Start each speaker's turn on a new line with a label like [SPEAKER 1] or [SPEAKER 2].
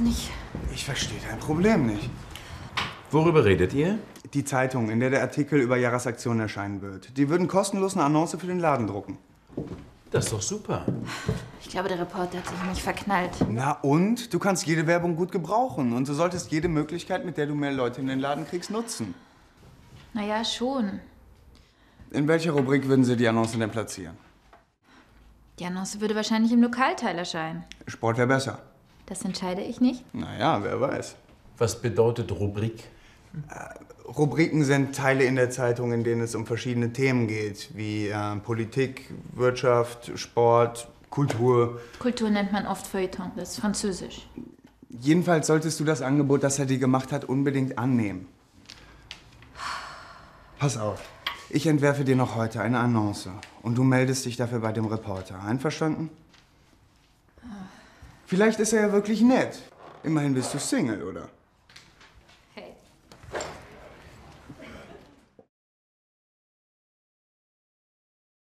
[SPEAKER 1] nicht.
[SPEAKER 2] Ich verstehe dein Problem nicht.
[SPEAKER 3] Worüber redet ihr?
[SPEAKER 2] Die Zeitung, in der der Artikel über Jaras Aktion erscheinen wird. Die würden kostenlos eine Annonce für den Laden drucken.
[SPEAKER 3] Das ist doch super.
[SPEAKER 1] Ich glaube, der Reporter hat sich nicht verknallt.
[SPEAKER 2] Na und? Du kannst jede Werbung gut gebrauchen. Und du solltest jede Möglichkeit, mit der du mehr Leute in den Laden kriegst, nutzen.
[SPEAKER 1] Naja, schon.
[SPEAKER 2] In welcher Rubrik würden sie die Annonce denn platzieren?
[SPEAKER 1] Die Annonce würde wahrscheinlich im Lokalteil erscheinen.
[SPEAKER 2] Sport wäre besser.
[SPEAKER 1] Das entscheide ich nicht.
[SPEAKER 2] Naja, wer weiß.
[SPEAKER 3] Was bedeutet Rubrik?
[SPEAKER 2] Rubriken sind Teile in der Zeitung, in denen es um verschiedene Themen geht, wie äh, Politik, Wirtschaft, Sport, Kultur.
[SPEAKER 1] Kultur nennt man oft Feuilleton, das ist französisch.
[SPEAKER 2] Jedenfalls solltest du das Angebot, das er dir gemacht hat, unbedingt annehmen. Pass auf. Ich entwerfe dir noch heute eine Annonce und du meldest dich dafür bei dem Reporter. Einverstanden? Vielleicht ist er ja wirklich nett. Immerhin bist du Single, oder?